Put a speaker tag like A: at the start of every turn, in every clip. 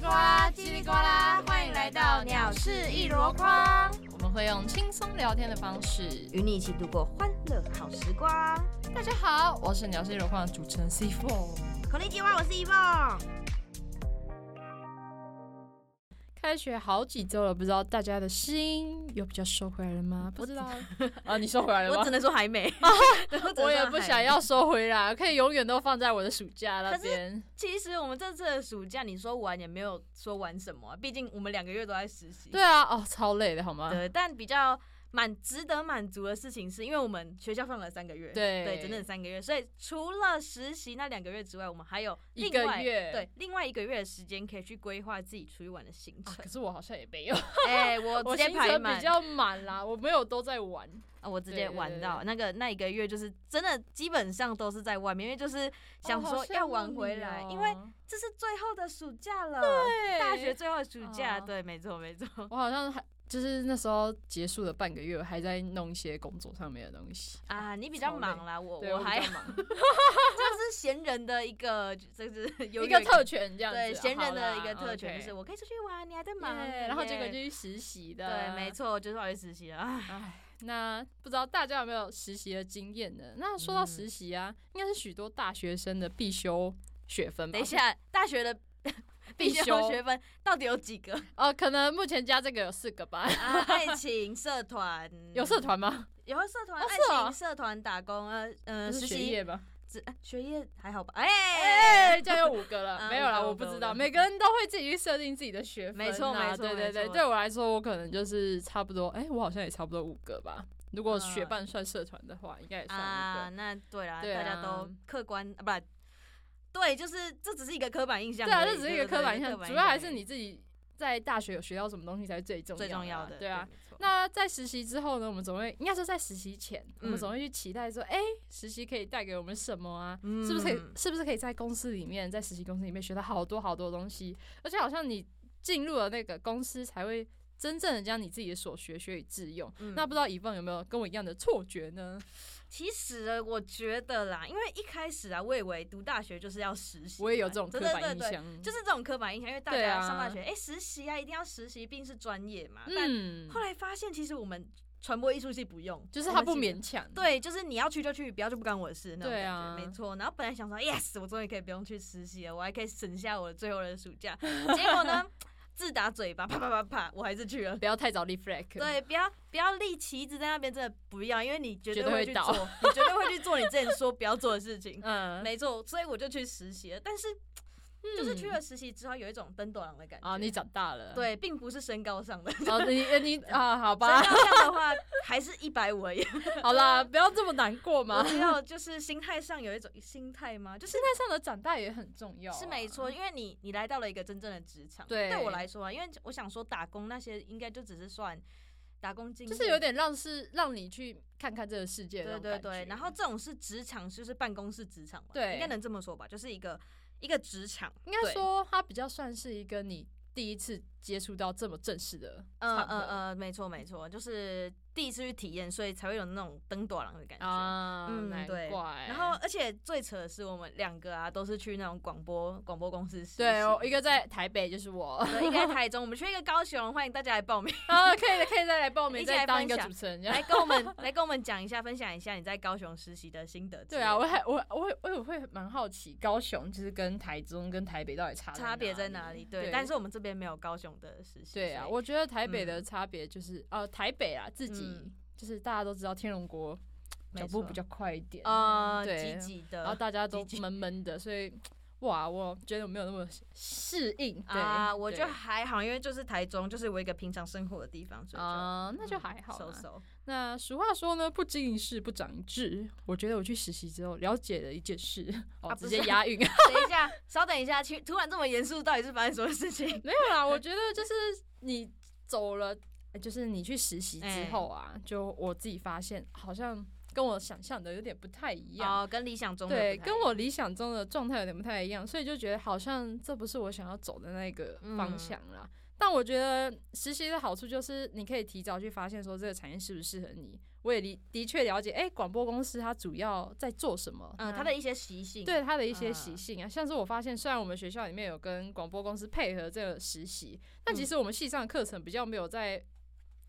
A: 叽里呱啦，欢迎来到鸟事一箩筐，
B: 我们会用轻松聊天的方式。
A: 与你一起度过欢乐好时光。
B: 大家好，我是鸟事有框的主持人 C Four。
A: 口令计划，我是一梦。
B: 开学好几周了，不知道大家的心有比较收回来了吗？不知道 啊，你收回来了
A: 我只
B: 吗？
A: 能说还 没，
B: 我也不想
A: 要。
B: 要收回来，可以永远都放在我的暑假那边。
A: 其实我们这次的暑假，你说玩也没有说玩什么啊、毕竟我们两个月都在实习。
B: 对啊，哦，超累的好吗？
A: 对，但比较满值得满足的事情是，因为我们学校放了三个月，
B: 对
A: 对，整整三个月，所以除了实习那两个月之外，我们还有
B: 一
A: 另
B: 个
A: 外
B: 月
A: 对另外一个月的时间可以去规划自己出去玩的行
B: 啊
A: 程
B: 可。是我好像也没有，
A: 哎、 我
B: 我
A: 直接
B: 行
A: 排
B: 程
A: 满
B: 比，较满啦，我没有都在玩。
A: 啊我直接
B: 对
A: 玩
B: 对
A: 到那个那一个月，就是真的基本上都是在外面，因为就是想
B: 哦
A: 说要玩回来，因为这是最后的暑假了，对大学最后的暑假，
B: 啊
A: 对，没错没错。
B: 我好像还就是那时候结束了半个月，我还在弄一些工作上面的东西。
A: 啊，你比较
B: 超累
A: 忙啦，我
B: 对
A: 我
B: 比
A: 还
B: 较 忙
A: 这是闲人的一个，就是 有
B: 一个特权这样子，
A: 对闲人的一个
B: 好啦
A: 特权，就
B: OK
A: 是我可以出去玩，你还在忙，
B: 耶然后结果就呃去
A: 耶
B: 实习的，
A: 对，没。错，就是啊跑去实习 了。唉
B: 唉，那不知道大家有没有实习的经验呢？那说到
A: 嗯
B: 实习啊，应该是许多大学生的必修学分吧？
A: 等一下，大学的必
B: 必
A: 修
B: 修
A: 学分到底有几个
B: 哦，可能目前加这个有四个吧？
A: 啊？爱情、社团，
B: 有社团吗？
A: 有社团，
B: 哦
A: 爱
B: 是哦
A: 情、社团、打工，呃呃，
B: 不是
A: 实
B: 学
A: 习、
B: 业吧？
A: 只呃学业还好吧？哎
B: 哎，这样有五个
A: 啊
B: 了，没有啦，
A: 五个
B: 我不知道，
A: 五个
B: 每个人都会自己去设定自己的学分啊，
A: 没错没错
B: 对对
A: 没
B: 对，
A: 错
B: 对我来说，我可能就是差不多，哎，我好像也差不多五个吧。如果
A: 嗯
B: 学伴算社团的话，应该也算五个
A: 啊，。那对啦，
B: 对
A: 大
B: 啊
A: 家都客观啊，不。对，就是这只是一个刻板印象而
B: 对啊，
A: 已。
B: 这只是一个
A: 对对
B: 刻板印
A: 对
B: 象，主要还是你自己在大学有学到什么东西才是最重
A: 最重要
B: 的
A: 的。
B: 嘛。对啊，，
A: 没错
B: 那在实习之后呢，我们总会应该说在实习前，我
A: 嗯
B: 们总会去期待说，哎，实习可以带给我们什么啊？
A: 嗯
B: 是不是可以？是不是可以在公司里面，在实习公司里面学到好多好多东西？而且好像你进入了那个公司，才会真正的将你自己的所学学以致用。
A: 嗯
B: 那不知道一凤有没有跟我一样的错觉呢？
A: 其实我觉得啦，因为一开始啊，我以为读大学就是要实习嘛，
B: 我也有这种刻板
A: 对
B: 印
A: 对对对
B: 象，
A: 就是这种刻板印象，因为大
B: 对
A: 家
B: 啊
A: 上大学，哎、实习啊，一定要实习，毕竟是专业嘛。但
B: 嗯，
A: 后来发现，其实我们传播艺术系不用，
B: 就是
A: 我
B: 他
A: 们
B: 不
A: 其实
B: 勉强，
A: 对，就是你要去就去，不要就不干我的事那种
B: 对
A: 感觉，
B: 啊
A: 没错。然后本来想说，yes，我终于可以不用去实习了，我还可以省下我的最后的暑假。 结果呢，自打嘴巴，啪啪啪啪，我还是去了。
B: 不要太早立 flag。
A: 对，不要不要立旗子在那边，真的不要，因为你绝
B: 绝
A: 对
B: 对
A: 会
B: 会
A: 去
B: 倒
A: 做， 你绝对会去做你之前说不要做的事情。
B: 嗯，
A: 没错，所以我就去实习了。但是就是去
B: 嗯
A: 了实习之后，有一种登斗郎的感觉
B: 啊，你长大了，，
A: 对，并不是身高上的。身
B: 哦，你呃 你啊，好
A: 高
B: 吧，
A: 上的话还是一百五而已，
B: 好啦，不要这么难过嘛。
A: 我
B: 心
A: 只有就是心态上有一种心态吗？ 就是
B: 态上的长大也很重要啊，
A: 是没错，因为你你来到了一个真正的职场，
B: 对
A: 我来说啊，因为我想说打工那些应该就只是算打工经验，
B: 就是有点让是让你去看看这个世界的那
A: 对
B: 种感
A: 对
B: 觉，
A: 对，然后这种是职场，就是办公室职场嘛，
B: 对
A: 应该能这么说吧，就是一个一个职场，
B: 应该
A: 对，
B: 说它比较算是一个你第一次接触到这么正式的
A: 嗯
B: 场合
A: 嗯嗯，没错没错，就是第一次去体验，所以才会有那种登短廊的感觉。
B: 啊，
A: 嗯
B: 难
A: 对
B: 怪。
A: 然后，而且最扯的是，我们两个啊，都是去那种广播广播公司实习。
B: 对，我一个在台北，就是我，
A: 对，一个在台中，我们去一个高雄，欢迎大家来报名，
B: 然后可以可以再来报
A: 一
B: 名，
A: 起来
B: 再当一个
A: 分享
B: 主持人这样。
A: 来跟我们来跟我们讲一下，分享一下你在高雄实习的心得之类
B: 对
A: 的。
B: 啊，我还我我也我也会蛮好奇，高雄就是跟台中跟台北到底差
A: 差别在
B: 哪
A: 哪里？对，
B: 对
A: 但是我们这边没有高雄的实习。
B: 对啊，
A: 所以
B: 我觉得台北的差别就是，呃，台北啊，自己、
A: 嗯
B: 就是大家都知道天龙国
A: 没
B: 脚步
A: 错
B: 比较快一点，
A: 呃
B: 对
A: 积极
B: 然后
A: 的
B: 大家都
A: 积极
B: 闷闷的，所以哇，我觉得我没有那么适应。对
A: 啊，我就
B: 对
A: 还好，因为就是台中，就是我一个平常生活的地方，所以就、
B: 啊、那就还好啦、
A: 嗯收收
B: 那俗话说呢，不经一事不长智。我觉得我去实习之后了解了一件事，哦，
A: 啊不
B: 直
A: 是
B: 接押 韵。
A: 等一下，稍等一下，去突然这么严肃，到底是发生什么事情？
B: 没有啦，我觉得就是你走了，呃就是你去实习之后
A: 哎
B: 啊，就我自己发现好像跟我想象的有点不太 一样。
A: 哦，跟理想中的
B: 对，
A: 不太一
B: 跟
A: 样
B: 我理想
A: 嗯
B: 中的状态有点不太一样，所以就觉得好像这不是我想要走的那个方向啦。但我觉得实习的好处就是你可以提早去发现说这个产业适不适合你。我也的的确了解，哎、广播公司它主要在做什么？
A: 嗯，它的一些习性，
B: 对它的一些习
A: 嗯
B: 性啊，像是我发现，虽然我们学校里面有跟广播公司配合这个实习，但其
A: 嗯
B: 实我们系上的课程比较没有在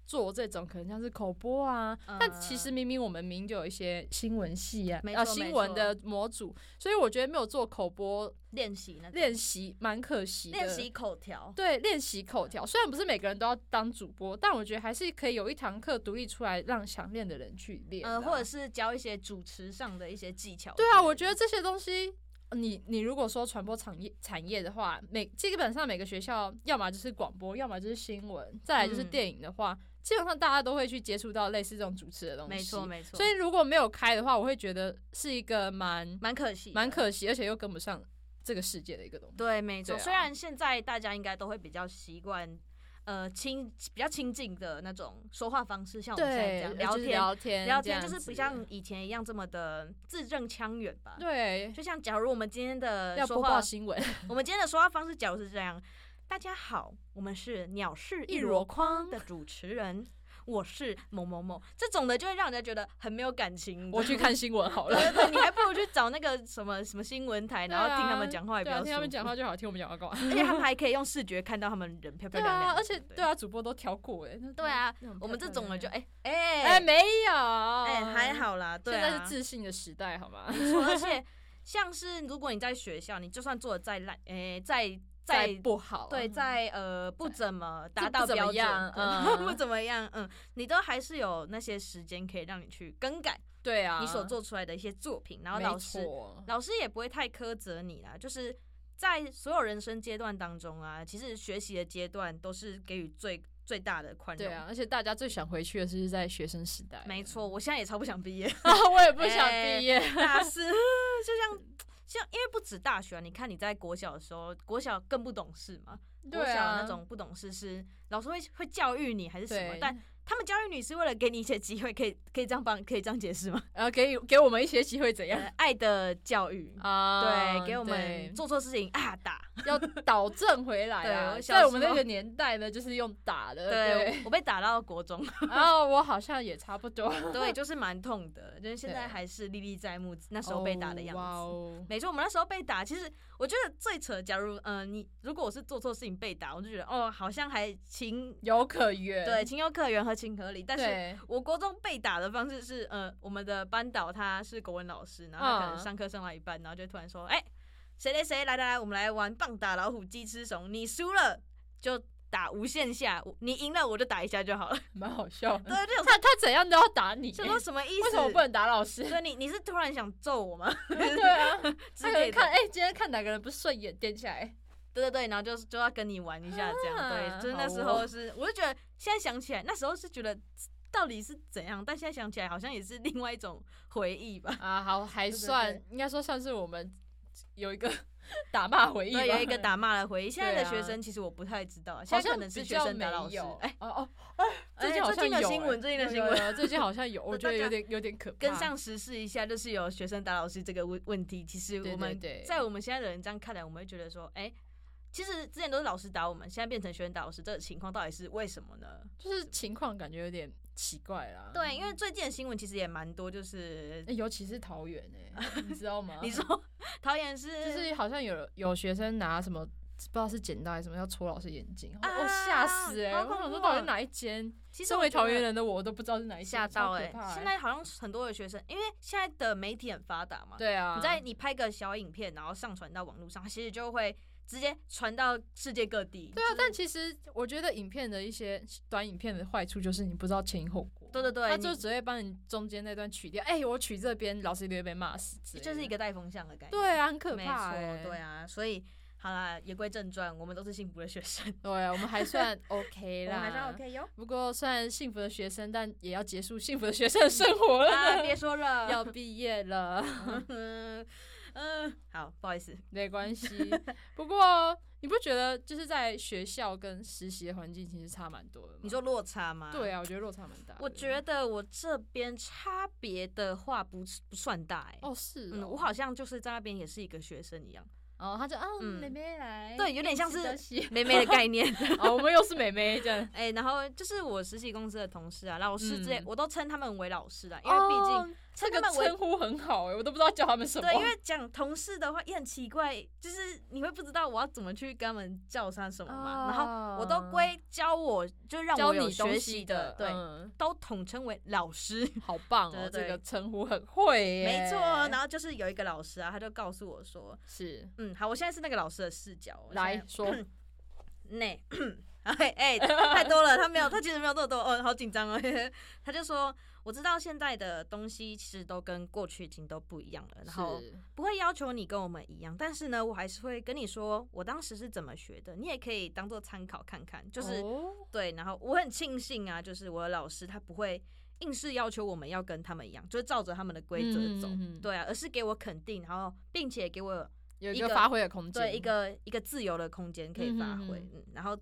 B: 做这种可能像是口播啊，但其实
A: 嗯
B: 明明我们明明就有一些新闻系啊
A: 没，
B: 呃
A: 错没
B: 新闻
A: 错
B: 的模组，所以我觉得没有做口播
A: 练习那种
B: 练习蛮可惜的。
A: 练习口条，
B: 对练习口条，虽然不是每个人都要当主播，但我觉得还是可以有一堂课独立出来，让想练的人去练啊啦。
A: 呃，或者是教一些主持上的一些技巧之类
B: 对
A: 的。
B: 啊，我觉得这些东西，呃你你如果说传播产业产业的话，每基本上每个学校，要么就是广播，要么就是新闻，再来就是
A: 嗯
B: 电影的话，基本上大家都会去接触到类似这种主持的东西。
A: 没错没错，
B: 所以如果没有开的话，我会觉得是一个蛮
A: 蛮可惜的，
B: 蛮可惜，而且又跟不上这个世界的一个东西。
A: 对，没
B: 对
A: 错。
B: 啊
A: 虽然现在大家应该都会比较习惯，呃，亲比较亲近的那种说话方式，像我们现在这样聊
B: 就是
A: 天，
B: 聊天，
A: 聊
B: 这样
A: 天就是
B: 子
A: 不像以前一样这么的字正腔圆吧。，
B: 对。
A: 就像假如我们今天的
B: 要
A: 说
B: 播
A: 话
B: 报，新闻，
A: 我们今天的说话方式，假如是这样：大家好，我们是鸟事 一箩筐的主持人，我是某某某，这种的就会让人家觉得很没有感情。
B: 我去看新闻好
A: 对
B: 了。
A: 对对，你还不如去找那个什么什么新闻台，然后
B: 对啊
A: 听他们讲话也比
B: 对
A: 较
B: 啊，
A: 舒服。
B: 听他们讲话就好，听我们讲话干嘛？
A: 而且他们还可以用视觉看到他们人漂漂
B: 对
A: 亮
B: 啊，
A: 亮的。
B: 而且对
A: 啊，
B: 啊，主播都挑过哎。那
A: 对啊，
B: 那
A: 我们这种人就
B: 哎
A: 哎哎
B: 哎没有
A: 哎还，好啦，对
B: 现在是
A: 啊，
B: 自信的时代好吗？
A: 没 错而且像是如果你在学校，你就算做的再烂，哎，再再
B: 再不好，啊
A: 对，再呃不怎么达
B: 不
A: 到
B: 怎么
A: 标准，
B: 样
A: 对
B: 嗯
A: 不怎么样，嗯，你都还是有那些时间可以让你去更改
B: 对啊，
A: 你所做出来的一些作品，然后
B: 没
A: 老师
B: 错
A: 老师也不会太苛责你啦，就是在所有人生阶段当中啊，其实学习的阶段都是给予最最大的宽容。
B: 对啊，而且大家最想回去的是在学生时代，
A: 没错，我现在也超不想毕业，
B: 啊，我也不想
A: 哎
B: 毕业，
A: 大四就像像，因为不止大学、啊，你看你在国小的时候，国小更不懂事嘛，国
B: 对
A: 小
B: 啊，
A: 那种不懂事是老师会会教育你还是什么
B: 对，，
A: 但他们教育你是为了给你一些机会，可以可以这样帮，可以这样解释吗？
B: 然后呃给给我们一些机会怎样
A: 呃，爱的教育。
B: 啊？
A: 对，给我
B: 对
A: 们做错事情啊打，
B: 要导正回来
A: 对
B: 啊，
A: 我小
B: 在我们
A: 时候
B: 那个年代呢，就是用打的，
A: 对我被打到国中，
B: 对，然后我好像也差不多，
A: 对，就是蛮痛的，就是现在
B: 对
A: 还是历历在目，那时候被打的样子。
B: 哇哦
A: 没错，我们那时候被打，其实我觉得最扯。假如嗯、呃你如果我是做错事情被打，我就觉得哦，好像还情
B: 有可原，
A: 对情有可原和情合理。但是
B: 对
A: 我国中被打的方式是，呃，我们的班导他是国文老师，然后他可能
B: 嗯
A: 上课上到一半，然后就突然说，哎、谁谁谁来来来，我们来玩棒打老虎鸡吃熊，你输了就打无限下，我你赢了我就打一下就好了。
B: 蛮好笑的。
A: 对，就有
B: 他他怎样都要打你，
A: 想说什么意思？
B: 为什么不能打老 师？
A: 所以你你是突然想揍 我吗？
B: 对啊，
A: 之
B: 他可
A: 类
B: 能看
A: 的，
B: 哎、今天看哪个人不顺眼，点起来。
A: 对对对，然后就就要跟你玩一下这样，
B: 啊
A: 对，就是那
B: 好
A: 时
B: 哦
A: 候是，我就觉得现在想起来，那时候是觉得到底是怎样，但现在想起来好像也是另外一种回忆吧。
B: 啊，好，还
A: 对对
B: 算，
A: 对
B: 应该说算是我们有一个 打骂回忆吧，
A: 对，有一个打骂的回忆。现在
B: 对
A: 的
B: 啊
A: 学生其实我不太知道，
B: 好
A: 现在可
B: 像
A: 能是
B: 比
A: 学
B: 较
A: 生
B: 没
A: 打老师。
B: 有。
A: 哎，
B: 哦哦哦，最近
A: 哎
B: 好
A: 最
B: 像
A: 近的
B: 有
A: 新
B: 哎
A: 闻最近的
B: 有
A: 新
B: 有
A: 闻
B: 有最近好像 有，我
A: 大
B: 觉得有
A: 家
B: 点有点可怕。
A: 跟上时事一下，就是有学生打老师这个问问题。其实
B: 对
A: 我们
B: 对对
A: 在我们现在的人这样看来，我们会觉得说，哎，其实之前都是老师打我们，现在变成学生打老师，这个情况到底是为什么呢？嗯
B: 就是情况感觉有点奇怪啦。
A: 对，因为最近的新闻其实也蛮多，就是？
B: 哎、尤其是桃园哎、你知道吗
A: 你说桃园嗯是
B: 就是好像有有学生拿什么。不知道是剪刀还是什么，要戳老师眼睛，
A: 啊
B: 我吓死哎、
A: 好
B: 我想
A: 恐
B: 说
A: 怖哦
B: 到底是哪一间？
A: 其实
B: 身
A: 我
B: 为
A: 觉
B: 桃园
A: 得
B: 人的我，我都不知道是哪一间，
A: 吓到
B: 哎、
A: 哎、现在好像很多的学生，因为现在的媒体很发达嘛，
B: 对啊，
A: 你在你拍个小影片，然后上传到网络上，它其实就会直接传到世界各地。
B: 对啊
A: 就，是
B: 但其实我觉得影片的一些短影片的坏处就是你不知道前因后果，
A: 对对对
B: 他就
A: 你
B: 只会帮你中间那段取掉。哎、我取这边，老师一定会被骂死之类的，
A: 就是一个带风向的感觉。
B: 对，啊，很可
A: 没
B: 怕、哎
A: 错，对啊，所以。好啦，言归正传，我们都是幸福的学生，
B: 对啊，我们还 算 OK
A: 我
B: 啦，
A: 们还算 OK 哟。
B: 不过虽然幸福的学生，但也要结束幸福的学生的生活了
A: 啊，
B: 呢，
A: 别说 了，
B: 要毕业了，
A: 嗯嗯，好，不好意思，
B: 没关 系。不过你不觉得就是在学校跟实习的环境其实差蛮多的吗？
A: 你说落差吗？
B: 对啊，我觉得落差蛮大的。
A: 我觉得我这边差别的话不是不算大哎、
B: 哦是
A: 嗯，
B: 哦
A: 我好像就是在那边也是一个学生一样，
B: 哦，他就啊，
A: 嗯
B: 妹妹来，
A: 对有点像
B: 一起
A: 是
B: 的 戏
A: 妹妹的概念。
B: 哦，我们又是妹妹 这样，
A: 哎、然后就是我实习公司的同事啊，老师之类，
B: 嗯
A: 我都称他们为老师啦，因为毕竟、
B: 哦这
A: 称
B: 个
A: 他们为
B: 称呼很好哎，我都不知道叫他们什么，
A: 对，因为讲同事的话也很奇怪，就是你会不知道我要怎么去跟他们叫上什么嘛。然后
B: 后
A: 我都归教我，就让
B: 哦教
A: 我有
B: 你东
A: 学
B: 西
A: 习的，对，
B: 嗯
A: 都统称为老师。
B: 好棒哦，
A: 对对
B: 这
A: 对
B: 个称呼很会耶，
A: 没错，哦然后就是有一个老师啊，他就告诉我说，
B: 是
A: 嗯，好，我现在是那个老师的视角，我
B: 来
A: 现在
B: 说
A: 那 哎哎，太多了，他没有，他其实没有那么多，哦，好紧张哦。 他就说，我知道现在的东西其实都跟过去已经都不一样了， 然后
B: 是
A: 不会要求你跟我们一样，但是呢，我还是会跟你说我当时是怎么学的，你也可以当做参考看看。就是、
B: 哦
A: 对，然后我很庆幸啊，就是我的老师他不会硬是要求我们要跟他们一样，就是照着他们的规则走。
B: 嗯嗯嗯
A: 对啊，而是给我肯定，然后并且给我
B: 有一
A: 一
B: 个
A: 个
B: 发挥的空间，
A: 对一个一个自由的空间可以发挥，
B: 嗯
A: 嗯然后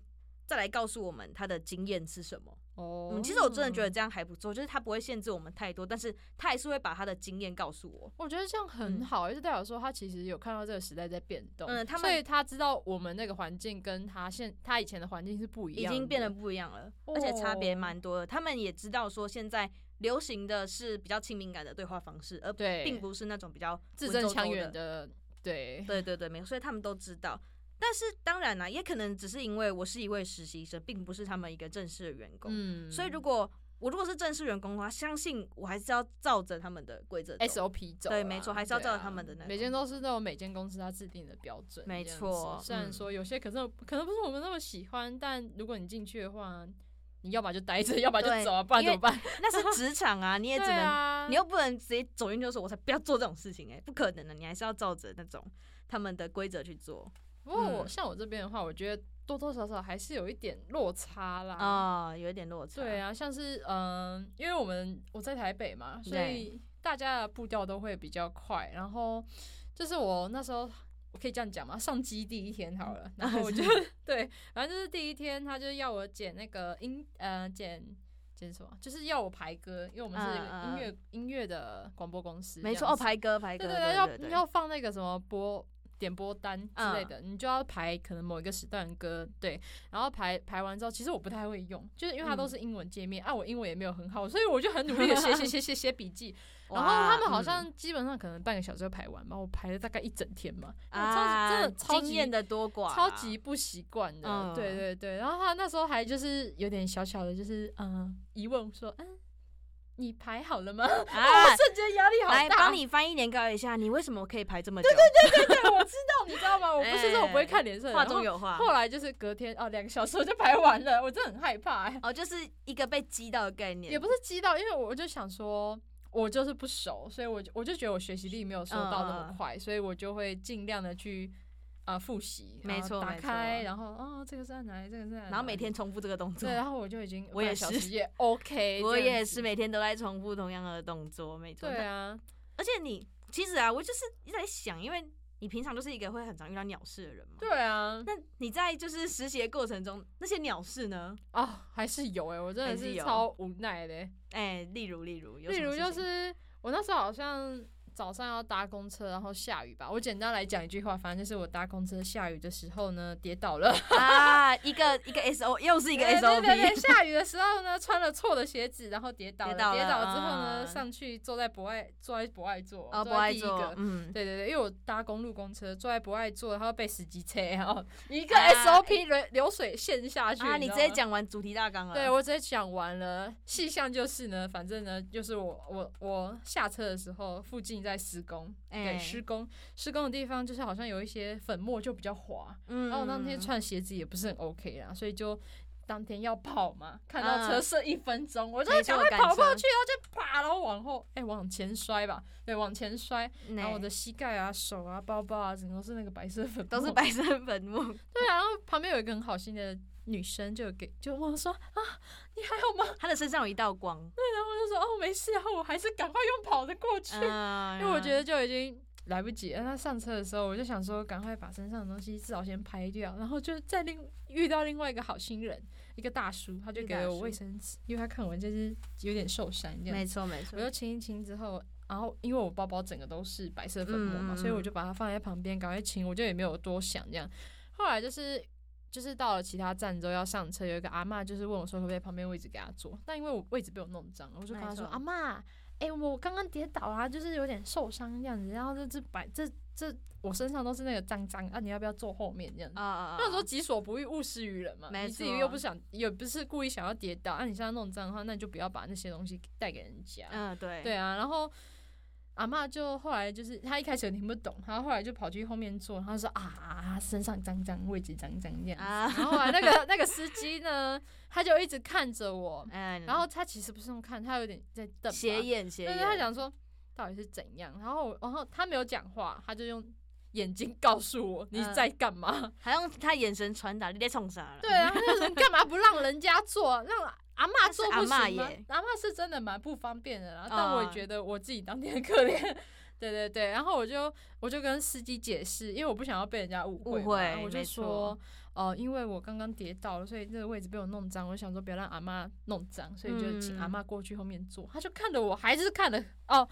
A: 再来告诉我们他的经验是什么。
B: 哦，
A: 嗯，其实我真的觉得这样还不错，就是他不会限制我们太多，但是他还是会把他的经验告诉我。
B: 我觉得这样很
A: 嗯
B: 好，也就代表说他其实有看到这个时代在变动，
A: 嗯他们
B: 所以他知道我们那个环境跟他现他以前的环境是不一
A: 已
B: 样的，
A: 经变得不一样了，而且差别
B: 哦
A: 蛮多的。他们也知道说现在流行的是比较亲民感的对话方式，而
B: 对，
A: 并不是那种比较
B: 字
A: 文
B: 正
A: 绉
B: 腔
A: 绉
B: 圆
A: 的。
B: 的，对，
A: 对对对，没有，所以他们都知道。但是当然啦、也可能只是因为我是一位实习生，并不是他们一个正式的员工，
B: 嗯
A: 所以如果我如果是正式员工的话，相信我还是要照着他们的规则走。
B: SOP 走啦，
A: 对没错还是要
B: 对啊
A: 照他们的那
B: 每
A: 种
B: 间都是那种每间公司它制定的标准，
A: 没
B: 这样
A: 错
B: 子虽然
A: 嗯
B: 说有些可能可能不是我们那么喜欢，但如果你进去的话，你要么就待着，要么就
A: 对
B: 走啊，不然
A: 因
B: 怎
A: 为
B: 么办？
A: 那是职场 啊，你也只
B: 对
A: 能
B: 啊，
A: 你又不能直接走进去就说“我才不要做这种事情、欸”哎，不可能的，你还是要照着那种他们的规则去做
B: 不过我
A: 嗯
B: 像我这边的话，我觉得多多少少还是有一点落差啦。
A: 啊、有一点落差。
B: 对，啊，像是嗯，因为我们我在台北嘛，所以大家的步调都会比较快。然后就是我那时候，我可以这样讲嘛，上机第一天好了，然后我 就对，反正就是第一天，他就要我剪那个音，呃，剪剪什么，就是要我排歌，因为我们是
A: 嗯嗯
B: 音乐、音乐的广播公司，
A: 没错哦，。排歌排歌，
B: 对
A: 对
B: 对对，要
A: 对
B: 要放那个什么播点播单之类
A: 嗯
B: 的，你就要排可能某一个时段的歌，对，然后排排完之后，其实我不太会用，就是因为它都
A: 嗯
B: 是英文界面、啊，我英文也没有很好，所以我就很努力的写写写写写笔记，然后
A: 哇
B: 他们好
A: 嗯
B: 像基本上可能半个小时就排完吧，我排了大概一整天嘛，
A: 啊，
B: 超级真的超级
A: 经验的多寡啦，
B: 超级不习惯的，
A: 嗯
B: 对对对。然后他那时候还就是有点小小的，就是嗯疑问说，嗯，你排好了吗？
A: 啊
B: 我瞬间压力好大，
A: 来帮你翻译年糕一下，你为什么可以排这么久？对对
B: 对，我知道，你知道吗？我不是说我不会看脸色，
A: 话
B: 然后
A: 中有话。
B: 后来就是隔天哦，两个小时我就排完了，我真的很害怕、哎
A: 哦，就是一个被激到的概念，
B: 也不是激到，因为我就想说。我就是不熟，所以我就我就觉得我学习力没有收到那
A: 嗯嗯
B: 么
A: 嗯
B: 快，所以我就会尽量的去啊复习，然
A: 没
B: 后
A: 错
B: 打
A: 没错
B: 开，然后哦这个是在哪里，这个是在哪里，
A: 然后每天重复这个动作
B: 对，。然啊后我就已经
A: 我也
B: 半小
A: 是
B: 时也 OK，
A: 我
B: 这样
A: 也
B: 子
A: 是每天都在重复同样的动作，没错。
B: 对啊，
A: 而且你其实啊，我就是一直在想，因为你平常就是一个会很常遇到鸟事的人嘛。。
B: 对啊，
A: 那你在就是实习的过程中，那些鸟事呢？
B: 啊还是有哎、我真的
A: 还是
B: 是
A: 有
B: 超无奈的、
A: 哎、例如例如，有
B: 例
A: 什么
B: 如
A: 事
B: 就
A: 情
B: 是我那时候好像早上要搭公车，然后下雨吧。我简单来讲一句话，反正就是我搭公车下雨的时候呢，跌倒了。
A: 啊，一个一个 S O 又是一个
B: 对
A: S O
B: 对
A: P，
B: 对对，下雨的时候呢，穿了错的鞋子，然后跌倒了。
A: 跌倒了
B: 之后呢，
A: 嗯
B: 上去坐在博爱，坐在博爱座，
A: 哦，不
B: 坐在
A: 爱
B: 第一
A: 做
B: 个，。
A: 嗯，
B: 对对对，因为我搭公路公车，坐在博爱座，然后被司机车，然后一个
A: 啊
B: SOP 流流水线下去。
A: 啊，你
B: 知
A: 直
B: 道
A: 接
B: 吗
A: 讲完主题大纲了，
B: 对，我直接讲完了，细项就是呢，反正呢，就是我我我下车的时候，附近在施工，对，
A: 哎
B: 施工施工的地方就是好像有一些粉末就比较滑，
A: 嗯，
B: 然后我哦那天穿鞋子也不是很 OK 啦，所以就当天要跑嘛，看到车
A: 嗯
B: 剩一分钟，我就
A: 没
B: 赶
A: 错
B: 快
A: 赶
B: 跑过
A: 车
B: 去，然后就啪，然后往后，哎、往前摔吧，对，往前摔，
A: 嗯，
B: 然后我
A: 哎
B: 的膝盖啊、手啊、包包啊，整个都是那个白色粉末，
A: 都是白色粉末，
B: 对啊，然后旁边有一个很好心的女生就给就问我说啊，你还好吗？
A: 他的身上有一道 光，
B: 然后我就说哦没事，然后我还是赶快用跑的过去，
A: 嗯，
B: 因为我觉得就已经来不及了。那上车的时候，我就想说赶快把身上的东西至少先拍掉，然后就再另遇到另外一个好心人，一个大叔，他就给了
A: 一个大
B: 我
A: 叔
B: 卫生纸，因为他看我就是有点受伤这样
A: 嗯没
B: 子，
A: 错没
B: 我
A: 错，
B: 就亲一亲之后。然后因为我包包整个都是白色粉末嘛，
A: 嗯嗯嗯
B: 所以我就把它放在旁边，赶快清，我就也没有多想这样。后来就是就是到了其他站之后要上车，有一个阿嬷就是问我说可不可以旁边位置给她坐，但因为我位置被我弄脏了，我就跟她说
A: 没错
B: 阿嬷，哎、我刚刚跌倒啊，就是有点受伤这样子，然后这这白这这我身上都是那个脏脏啊，你要不要坐后面这样子？
A: 啊啊，
B: 那时候己所不欲，勿施于人嘛。
A: 没
B: 你自己
A: 错
B: 又不想，也不是故意想要跌倒，那、啊你现在弄脏的话，那你就不要把那些东西带给人家。
A: 嗯对
B: 对啊，然后阿嬷就后来就是她一开始有听不懂，她后来就跑去后面坐，然后说啊，身上脏脏，位置脏脏这样子。
A: 啊，
B: 然后后来那个那个司机呢，他就一直看着我，
A: 嗯，
B: 然后他其实不是用看，他有点在瞪吧，
A: 斜眼斜
B: 但
A: 眼，
B: 是他想说到底是怎样，然后我然后他没有讲话，他就用眼睛告诉我你
A: 嗯
B: 在干嘛。
A: 还用他眼神传达你在冲啥 了？
B: 对啊，那人干嘛不让人家做，让阿嬷做不
A: 她是阿嬷
B: 行吗
A: 耶？
B: 阿嬷是真的蛮不方便的啦，
A: 嗯
B: 但我也觉得我自己当天 很可怜。对对对，然后我就我就跟司机解释，因为我不想要被人家误会嘛，
A: 误会
B: 我就
A: 没
B: 说
A: 错，
B: 哦、因为我刚刚跌倒了，所以这个位置被我弄脏，我想说不要让阿嬷弄脏，所以就请
A: 嗯
B: 阿嬷过去后面坐。他就看着我，还是看了哦，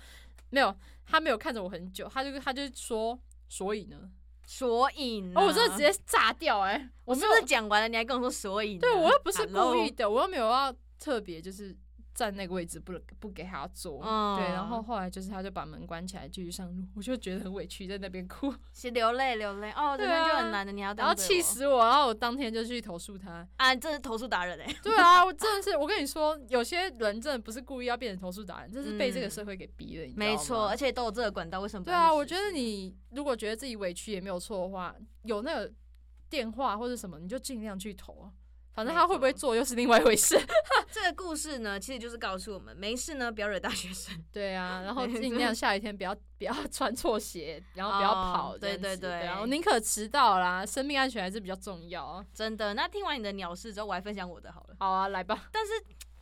B: 没有，他没有看着我很久，他就他就说，所以呢，
A: 所以呢，
B: 哦，我真的直接炸掉哎、我
A: 啊我
B: 没
A: 是
B: 有
A: 不是讲完了，你还跟我说所以呢？
B: 对我又不是故
A: Hello？
B: 意的，我又没有要特别就是站那个位置不不给他坐。
A: 嗯
B: 对，然后后来就是他就把门关起来继续上路，我就觉得很委屈，在那边哭，
A: 是流泪流泪哦，
B: 对
A: 人
B: 啊
A: 生就很难的，你还要这
B: 然
A: 样
B: 后
A: 对
B: 气
A: 我
B: 死我，然后我当天就去投诉他。
A: 啊！你真的是投诉达人哎，
B: 对啊，我真的是，我跟你说，有些人真的不是故意要变成投诉达人，这是被这个
A: 嗯
B: 社会给逼的，你知道吗
A: 没错，而且都有这个管道，为什么不
B: 对
A: 让
B: 啊，
A: 你
B: 我
A: 试
B: 觉得
A: 试
B: 你如果觉得自己委屈也没有错的话，有那个电话或者什么，你就尽量去投啊。反正
A: 没
B: 他会不会
A: 错
B: 做又是另外一回事。
A: 啊这个故事呢，其实就是告诉我们，没事呢不要惹大学生。
B: 对啊，然后
A: 对
B: 尽
A: 真
B: 量
A: 的
B: 下雨天不要不要 穿错鞋，然后不要
A: 哦
B: 跑这
A: 对
B: 样子、
A: 对对
B: 然后宁可迟到啦，生命安全还是比较重要啊。
A: 真的，那听完你的鸟事之后，我还分享我的好了。
B: 好啊，来吧，
A: 但是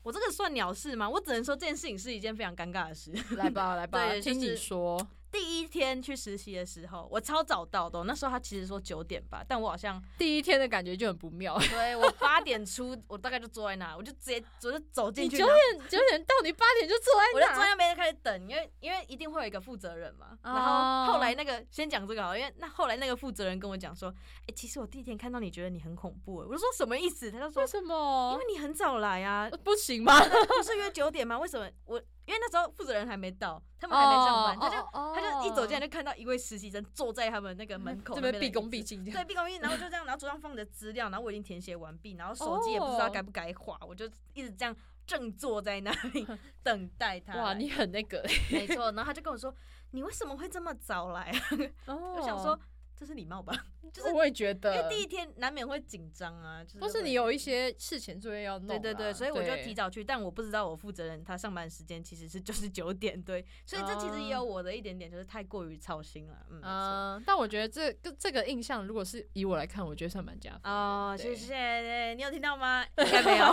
A: 我这个算鸟事吗？我只能说这件事情是一件非常尴尬的事。
B: 来吧，来吧，
A: 对就
B: 听你
A: 是
B: 说。
A: 第一天去实习的时候，我超早到的哦、那时候他其实说九点吧，但我好像，
B: 第一天的感觉就很不妙
A: 对我八点出，我大概就坐在那，我就直接我就走进
B: 你
A: 去，
B: 九
A: 然后
B: 点九点到，你八点就坐
A: 我
B: 在
A: 就坐
B: 那。
A: 在那边开始等，因为因为一定会有一个负责人嘛。然
B: 哦
A: 后后来那个先讲这个好了，因为那后来那个负责人跟我讲说，哎、其实我第一天看到你觉得你很恐怖，欸我就说什么意思？他就说
B: 为什
A: 因
B: 么
A: 为？你很早来啊
B: 呃，不行吗？
A: 不是约九点吗？为什么我？因为那时候负责人还没到，他们还没上
B: 哦
A: 班，他就他就一走进来
B: 来
A: 就看到一位实习生坐在他们那个门口
B: 哦这
A: 那
B: 边
A: 边
B: 毕恭
A: 的椅
B: 毕
A: 子。
B: 敬这样。
A: 对，毕恭毕敬，然后就这样，然后桌上放着资料，然后我已经填写完毕，然后手机也不知
B: 哦
A: 道该不该划，我就一直这样正坐在那里 等待他来。
B: 哇，你很那个。
A: 没错，然后他就跟我说：“你为什么会这么早来啊？”
B: 我
A: 我想说，这是礼貌吧，就是
B: 哦我也觉
A: 因为
B: 得，
A: 第一天难免会紧张啊，就是
B: 都是
A: 会
B: 你有一些事前作业要弄啦。啊
A: 对对对，所以我就
B: 对
A: 提早去，但我不知道我负责人他上班时间其实是就是 九点，对，所以这其实
B: 哦
A: 也有我的一点点就是太过于操心了，嗯，没错。
B: 嗯，但我觉得这个这个印象，如果是以我来看，我觉得算蛮加分的。
A: 哦，
B: 对
A: 谢谢，你有听到 吗？应该没有。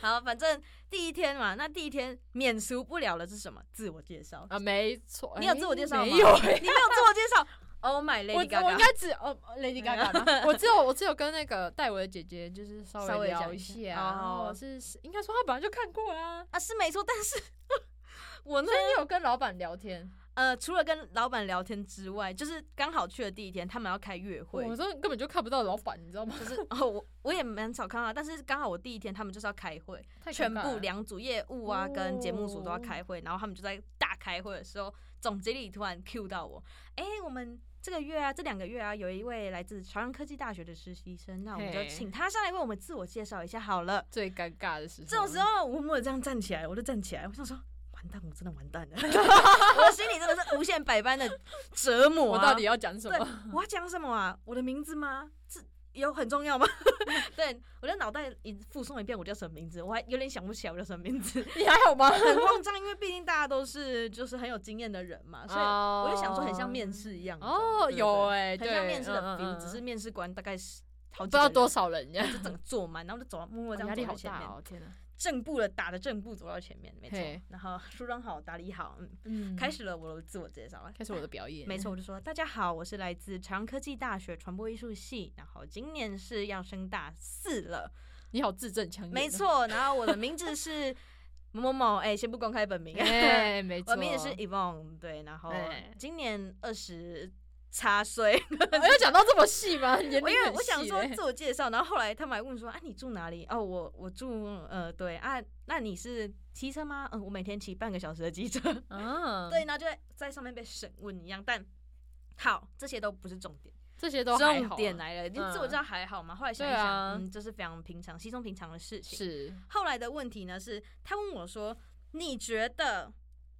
A: 好，反正第一天嘛，那第一天免俗不了的是什么？自我介绍。
B: 啊，没错。
A: 你有
B: 哎
A: 自我介绍吗
B: 没有哎、
A: 你没有自我介绍 ？Oh my
B: 我
A: lady
B: 我应
A: Gaga，
B: 该只哦，Lady Gaga，吧 我只有我只有跟那个戴维的姐姐就是稍
A: 稍微
B: 聊
A: 讲
B: 一
A: 一
B: 下，
A: 下
B: 然后
A: 哦
B: 是是应该说她本来就看过 啊，
A: 啊是没错，但是我呢
B: 所，以你有跟老板聊天，
A: 呃，除了跟老板聊天之外，就是刚好去的第一天，他们要开月会，
B: 我这根本就看不到老板，你知道吗？
A: 就是哦，我我也蛮少看到，但是刚好我第一天他们就是要开会，
B: 太
A: 全
B: 尴尬
A: 部
B: 了
A: 两组业务啊跟节目组都要
B: 哦
A: 开会，然后他们就在大开会的时候，总经理突然 cue 到我，哎、我们这个月啊，这两个月啊，有一位来自朝阳科技大学的实习生，那我们就
B: 嘿
A: 请他上来为我们自我介绍一下好了。
B: 最尴尬的时候，
A: 这种时候，我默默这样站起来，我就站起来，我想说。完蛋，我真的完蛋 了！我的心里真的是无限百般的折磨、
B: 我
A: 啊。
B: 到底要讲什么？
A: 我要讲什么啊？我的名字吗？这有很重要吗？ 对我的脑袋一附送一遍我叫什么名字，我还有点想不起来我叫什么 名字，
B: 你还好吗？
A: 很慌张，因为毕竟大家都是就是很有经验的人嘛，所以
B: 我
A: 我就想说很像面试一样。你知道吗
B: 哦，
A: 对对
B: 有哎、
A: 很
B: 对，
A: 像面试的
B: 嗯
A: feel，
B: 嗯
A: 只是
B: 嗯
A: 面试官大概是好
B: 不
A: 几
B: 知道
A: 个人
B: 多少人呀，
A: 就整个坐满，然后就走到默默这
B: 压
A: 样
B: 力
A: 走
B: 好
A: 到前
B: 大
A: 面，
B: 哦，天哪！
A: 正步的打的正步走到前面，没错
B: 嘿。
A: 然后梳妆好，打理好，嗯，
B: 嗯
A: 开始了我的自我介绍，
B: 开始我的表演，
A: 没错，我就说大家好，我是来自朝阳科技大学传播艺术系，然后今年是要升大四了，
B: 你好字正腔圆，啊
A: 没，错。然后我的名字是 某某某，哎、先不公开本名，
B: 哎、没错，
A: 我名字是 Evon，对，然后
B: 哎
A: 今年二十差岁，
B: 我有讲到这么细吗？ 你
A: 我因为我想说
B: 哎、
A: 自我介绍，然后后来他们还问说啊你住哪里？哦，我我住呃对啊，那你是骑车吗？嗯、我每天骑半个小时的机车，
B: 啊，
A: 嗯对，，然后就会在上面被审问一样。但好，这些都不是重点，
B: 这些都还
A: 重
B: 好啊
A: 点来了，你自我
B: 嗯
A: 介绍还好嘛？后来想一
B: 对
A: 想，
B: 啊
A: 嗯，这是非常平常、稀松平常的事情。
B: 是
A: 后来的问题呢是，他问我说：“你觉得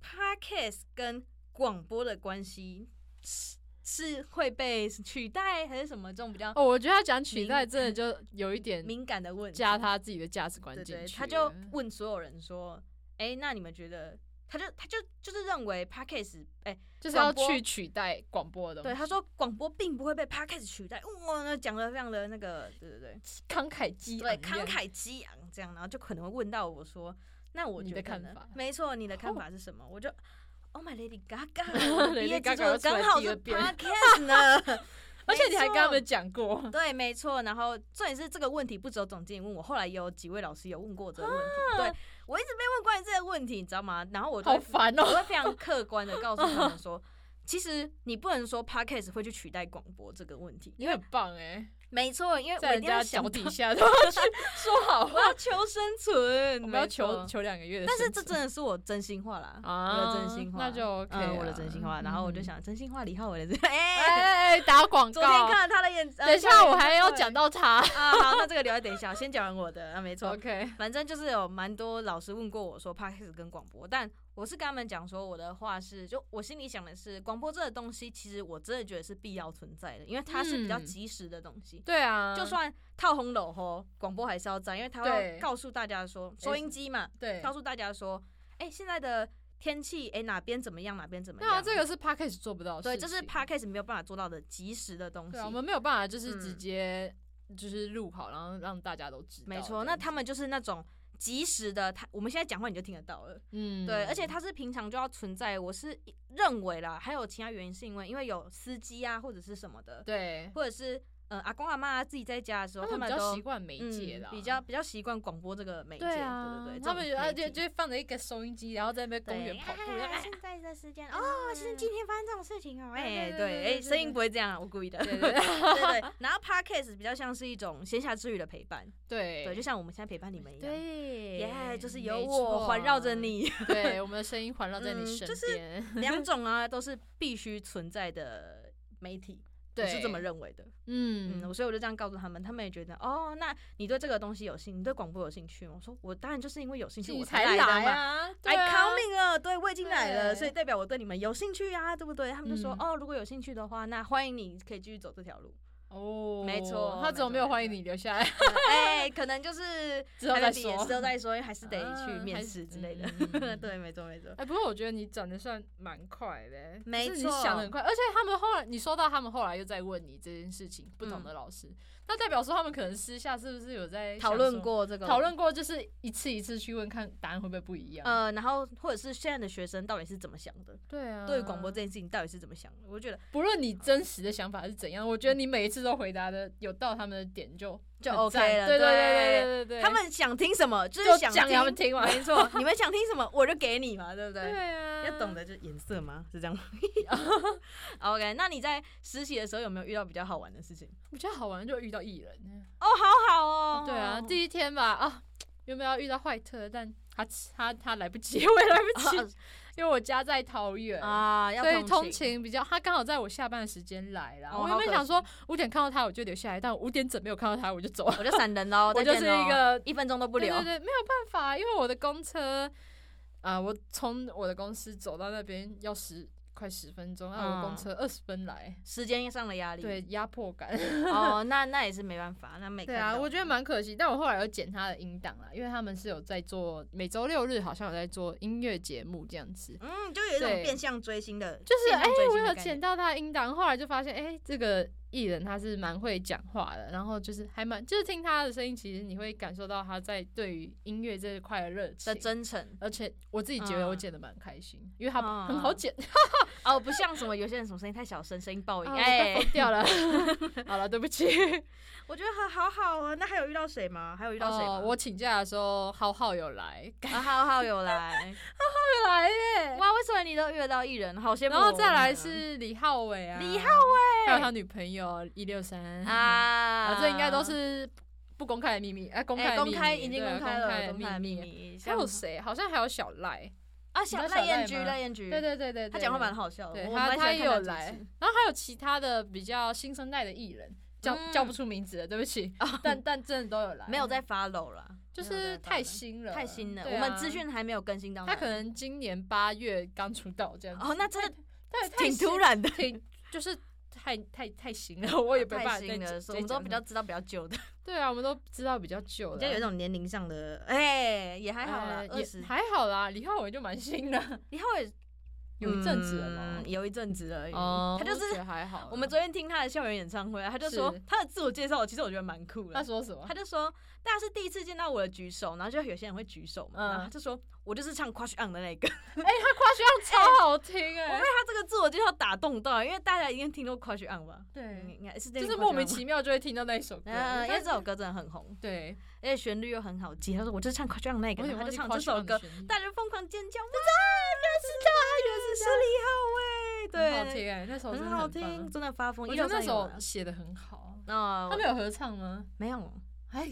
A: podcast 跟广播的关系是是会被取代，还是什么这种比较
B: 哦，我觉得他讲取
A: 敏
B: 代真 的就有一点
A: 敏感的问题？”
B: 加他自己的价值观
A: 对
B: 进
A: 对，
B: 去
A: 他
B: 了，
A: 就问所有人说：“哎、那你们觉得？”他就他就就是认为 podcast 哎、
B: 就是要
A: 广播
B: 去取代广播的东
A: 对
B: 西，
A: 他说广播并不会被 podcast 取代，哇，那讲的非常的那个，对对对，
B: 慷慨激
A: 对
B: 昂一
A: 慷
B: 样
A: 慨激昂这样，然后就可能会问到我说，那我
B: 你
A: 觉
B: 的
A: 得
B: 看
A: 呢
B: 法？
A: 没错，你的看
B: 哦
A: 法是什么？我就 Oh my Lady Gaga，我的毕 业
B: Lady
A: 制
B: Gaga 又
A: 作
B: 出来
A: 刚好
B: 第二
A: 是
B: 遍
A: podcast 呢，
B: 而且
A: 没
B: 你还跟
A: 错
B: 他们讲过，
A: 对，没错。然后重点是这个问题不只有总经理问我，后来也有几位老师有问过这个问题。对我一直被问关于这个问题，你知道吗？然后我就
B: 啊好烦
A: 我
B: 哦。
A: 会非常客观的告诉他 们说，其实你不能说 podcast 会去取代广播这个问题。
B: 你很棒哎，
A: 没错，因为
B: 在
A: 我一
B: 人
A: 定要
B: 家
A: 想
B: 脚
A: 到
B: 底下都要去 说好
A: 我
B: 话，
A: 要求生存，
B: 我们要
A: 没错
B: 求求两个月的
A: 但
B: 生存。
A: 是这真的是我真心话啦，
B: 啊
A: 我的真心话，
B: 那就 OK
A: 嗯，我的
B: 啦
A: 真心话。然后我就
B: 嗯
A: 想，真心话李浩 伟的真，哎，
B: 哎哎打广
A: 昨天
B: 告。
A: 看了他的演，呃
B: 等一下我还要讲到他。
A: 啊，好，那这个留在等一下，我先讲完我的 啊，没错。
B: OK，
A: 反正就是有蛮多老师问过我说 p o d c a s 跟广播，但我是跟他们讲说我的话是，就我心里想的是，广播这个东西其实我真的觉得是必要存在的，因为它是比较
B: 嗯
A: 及时的东西。
B: 对啊，
A: 就算套红篓吼，广播还是要在，因为它会
B: 对
A: 告诉大家说收音机嘛，
B: 对，
A: 告诉大家说，哎、现在的天气，哎、哪边怎么样，哪边怎么
B: 对
A: 样。
B: 啊，这个是 Podcast 做不到的
A: 对，
B: 事情，
A: 这是 podcast 没有办法做到的及时的东西
B: 对啊，。我们没有办法就是直
A: 嗯
B: 接就是录好，然后让大家都知道这
A: 没
B: 样子。
A: 错，那他们就是那种及时的，他我们现在讲话你就听得到了。
B: 嗯，
A: 对，而且它是平常就要存在。我是认为啦，还有其他原因是因为，因为有司机啊，或者是什么的，
B: 对，
A: 或者是呃阿公阿妈自己在家的时候，他
B: 们
A: 们
B: 比较
A: 都
B: 习惯媒介
A: 嗯
B: 啦，
A: 比较比较习惯广播这个媒介。
B: 对啊，
A: 对对对，
B: 他们
A: 这
B: 有
A: 种
B: 啊
A: 媒
B: 就
A: 体
B: 就放着一个收音机，然后在那边公园
A: 对
B: 跑步，啊
A: 哎
B: 然后
A: 现在的 时间哦，
C: 哦，
A: 是
C: 是
A: 今
C: 今天发生这种事情哦，哎，
B: 对对
A: 哎、
B: 对
A: 对，哎、
B: 对
A: 声音不会这样啊，我故意的。
B: 对对对
A: 对 对，然后 podcast 比较像是一种闲暇之余的陪伴，
B: 对
A: 对，就像我们现在陪伴你们一 样。
B: 对
A: 耶就是有
B: 没
A: 我
B: 错
A: 环绕着，你，
B: 对，我们的声音环绕在
A: 嗯
B: 你
A: 就
B: 身
A: 是
B: 边，
A: 两种啊都是必须存在的媒体，我
B: 对，
A: 是这么认为的。
B: 嗯，
A: 嗯，所以我就这样告诉他们，他们也觉得哦，那你对这个东西有兴，你对广播有兴趣吗？我说我当然就是因为有兴趣
B: 你
A: 我
B: 才
A: 来的
B: 来
A: 嘛。
B: 啊，对
A: I
B: 啊
A: coming 了，对我已经来了，
B: 对
A: 所以代表我对你们有兴趣啊，对不对？他们就说、
B: 嗯
A: 哦，如果有兴趣的话，那欢迎你可以继续走这条 路。
B: 哦，
A: 没错
B: 他怎么没有
A: 没错
B: 欢迎你留下 来？
A: 哎、可能就是
B: 之后
A: 还
B: 再
A: 没毕业
B: 说
A: 之后再说，因为还是得去
B: 啊
A: 面
B: 还
A: 试
B: 是
A: 之类的。
B: 嗯嗯嗯
A: 对，没错没错。
B: 哎，不过我觉得你长得算蛮快的，欸
A: 没
B: 就是
A: 错
B: 你想的很快，而且他们后来你说到他们后来又在问你这件事情，不同的老师，那代表说他们可能私下是不是有在
A: 嗯讨
B: 想
A: 论
B: 说
A: 过这个，
B: 讨论过，就是一次一次去问，看答案会不会不一样？
A: 呃，然后或者是现在的学生到底是怎么想的，
B: 对啊，
A: 对于广播这件事情到底是怎么想的？我觉得
B: 不论你真实的想法是怎样，我觉得你每一次都回答的有到他们的点就
A: 就
B: 很
A: OK
B: 赞
A: 了
B: 对
A: 对
B: 对对对对，
A: 他们想听什么，就
B: 就是
A: 想
B: 讲
A: 听
B: 给他们听嘛，
A: 没 错，你们想听什么我就给你嘛，对不对？
B: 对啊，
A: 要懂。得就是颜色吗？是这 样吗？OK，那你在实习的时候有没有遇到比较好玩的事情？
B: 我觉得好玩就遇到艺人，啊
A: 哦，好好哦
B: 对啊，第一天吧啊，原本要遇到坏特，但他他他来不及，我也来不及， 因为我家在桃园。
A: 啊，要
B: 所以通
A: 通
B: 勤比较，他刚好在我下班的时间来啦。
A: 哦
B: 我
A: 好
B: 原本
A: 可
B: 想说
A: 惜
B: 五点看到他我就留下来，但我五点整没有看到他我就走了。
A: 我就闪人喽，
B: 我
A: 再
B: 就
A: 见
B: 是
A: 咯
B: 一个
A: 一分钟都不留
B: 对。对对，没有办法，因为我的公车，啊、我从我的公司走到那边要十快十分钟，啊，我
A: 嗯
B: 公车二十分来，
A: 时间上的压力，
B: 对压迫感。
A: 哦，那那也是没嗯办法，那每
B: 对啊，我觉得蛮可惜，但我后来有剪他的音档啦，因为他们是有在做每周六日好像有在做音乐节目这样子。
A: 嗯，就有一种
B: 对
A: 变相追星的，
B: 就是哎、
A: 哎、
B: 我有剪到他的音档，后来就发现哎、这个艺人他是蛮会讲话的，然后就是还蛮就是听他的声音，其实你会感受到他在对于音乐这一块的热情
A: 的真诚
B: 而且我自己觉得我
A: 嗯
B: 剪的蛮开心，因为它
A: 嗯
B: 很好剪，
A: 哦，不像什么有些人什么声音太小声，声音爆音，
B: 哎、
A: 哎、
B: 疯掉了。 好了，对不起。
A: 我觉得很好好啊。那还有遇到谁吗？ 还有遇到谁吗？
B: 哦，我请假的时候，浩浩有来，
A: 啊，浩浩有来，
B: 有来耶。
A: 哇，为什么你都遇得到艺人？好羡慕。哦啊
B: 然后再来是李浩伟啊，
A: 李浩
B: 伟，还有他女朋友一六三 啊，
A: 啊，
B: 这应该都是不公开的秘密，哎，公
A: 哎
B: 开的秘
A: 公
B: 密
A: 开已经
B: 对公
A: 公开
B: 开
A: 了，
B: 的
A: 公开的秘
B: 秘。
A: 密。
B: 还有
A: 像
B: 谁？好像还有小赖，
A: 啊？小
B: 你知道小赖
A: 赖燕菊，
B: 吗
A: 赖燕菊，
B: 对对对对对，
A: 嗯他讲话蛮好笑的，
B: 对
A: 我
B: 他
A: 蛮喜欢
B: 他
A: 看
B: 也
A: 的
B: 有
A: 主
B: 来
A: 持，
B: 然后还有其他的比较新生代的艺人，叫、
A: 嗯哦
B: 叫不出名字了，对不起， 但但真的都有来，
A: 没有在 follow 啦，
B: 就
A: 没有在
B: 是太
A: follow
B: 新了，
A: 太新了，
B: 对
A: 我们
B: 啊
A: 资。讯还没有更新到那
B: 他
A: 里。
B: 可能今年八月刚出道这样子，
A: 哦，那真的
B: 但太
A: 挺
B: 新
A: 突，然的，
B: 挺就是太太太新了，我也没办
A: 太
B: 法
A: 新
B: 再
A: 了，
B: 再
A: 我们都
B: 讲
A: 比
B: 什
A: 较
B: 么
A: 知道比较久的，
B: 对啊，我们都知道比较久
A: 比
B: 了，
A: 较有一种年龄上的，哎，也还好啦
B: 哎，
A: 二
B: 也
A: 十，
B: 还好啦，李浩伟就蛮新的，
A: 以后也
B: 有一阵子了嘛
A: 嗯，有一阵子而已。
B: 哦，
A: 他就
B: 我觉
A: 是
B: 得还好啦，
A: 我们昨天听他的校园演唱会啊，他就说
B: 是
A: 他的自我介绍，其实我觉得蛮酷的
B: 他。说什么
A: 他？就说大家是第一次见到我的举手，然后就有些人会举手嘛，
B: 嗯
A: 然后他就说我就是唱 Crush On 的那个，
B: 夸学校超好听哎、
A: 我被他这个自我介绍打动到，因为大家一定听过 Crush On 吧？嗯
B: 对，
A: 应该是这
B: 就是
A: 个 Crush On
B: 莫名
A: 吧。
B: 其妙就会听到那一首歌，
A: 嗯，因为
B: 但
A: 这首歌真的很 红，
B: 对，
A: 而且旋律又很好记。他说我就是唱 Crush On 那个，
B: 我也
A: 然
B: 忘
A: 后
B: 记
A: 他就唱
B: 夸
A: 这
B: 学校
A: 首
B: 的
A: 歌，
B: 旋律
A: 大家就疯狂尖叫，不知道原来
B: 很好
A: 是他，原来是他，对，
B: 听哎、那首真
A: 很
B: 的
A: 好
B: 棒
A: 听，，真的发疯。
B: 我觉得那
A: 163有
B: 首
A: 啊
B: 写的很好。
A: 那
B: 他们有合唱吗？
A: 没有，
B: 哎，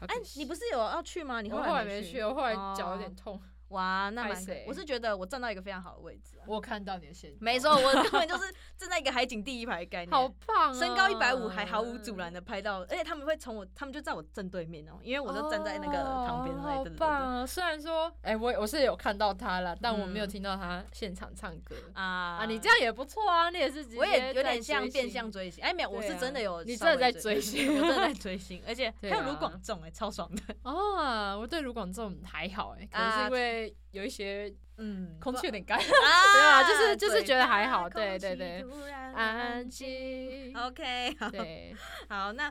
B: 好
A: 哎
B: 可，惜
A: 你不是有要去吗？你
B: 我
A: 后
B: 后
A: 来
B: 来
A: 没
B: 没去，我后来脚有
A: 哦
B: 点痛。
A: 哇，那
B: 拍
A: 蛮
B: 谁
A: 我是觉得我站到一个非常好的位置啊。
B: 我看到你的线，
A: 没错，我根本就是站在一个海景第一排的概念，
B: 好棒啊！
A: 身高一百五还毫无阻拦的拍到，而且他们会从我，他们就在我正对面哦，因为
B: 哦，
A: 我就站在那个旁边那
B: 好
A: 里，对对对
B: 棒
A: 对
B: 啊！虽然说，哎，我我是有看到他了，但我没有
A: 嗯
B: 听到他现场唱歌
A: 啊
B: 啊。
A: 啊
B: 你这。样也不错啊，你也是直接
A: 我也有
B: 在
A: 点像
B: 追
A: 变
B: 星
A: 相追星，哎，没有，我
B: 对
A: 是
B: 啊
A: 真的有稍微，
B: 你真的在追
A: 星，
B: 星
A: 我 真的在追星，而且还
B: 对
A: 有卢
B: 啊
A: 广仲，哎，超 爽的，
B: 啊，我对卢广仲还好哎、可能
A: 啊
B: 是因为有一些
A: 嗯，
B: 空 气有
A: 不
B: 点干
A: 啊，
B: 没有啊就是就是
A: 对
B: 觉得还好
A: 空
B: 对
A: 气
B: 对对
A: 突然
B: 安 静。
A: 哦 OK，好，
B: 对，
A: 好，那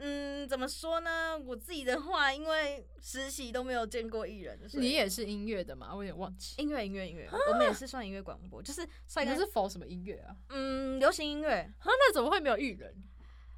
A: 嗯，怎么说呢？我自己的话，因为实习都没有见过艺人，所以
B: 你也是音乐的嘛？我有点忘记，
A: 音乐音乐音乐，我们也是算音乐广播，就是帅
B: 你
A: 哥
B: 是否什么音乐啊？
A: 嗯流行音乐，
B: 啊，那怎么会没有艺人？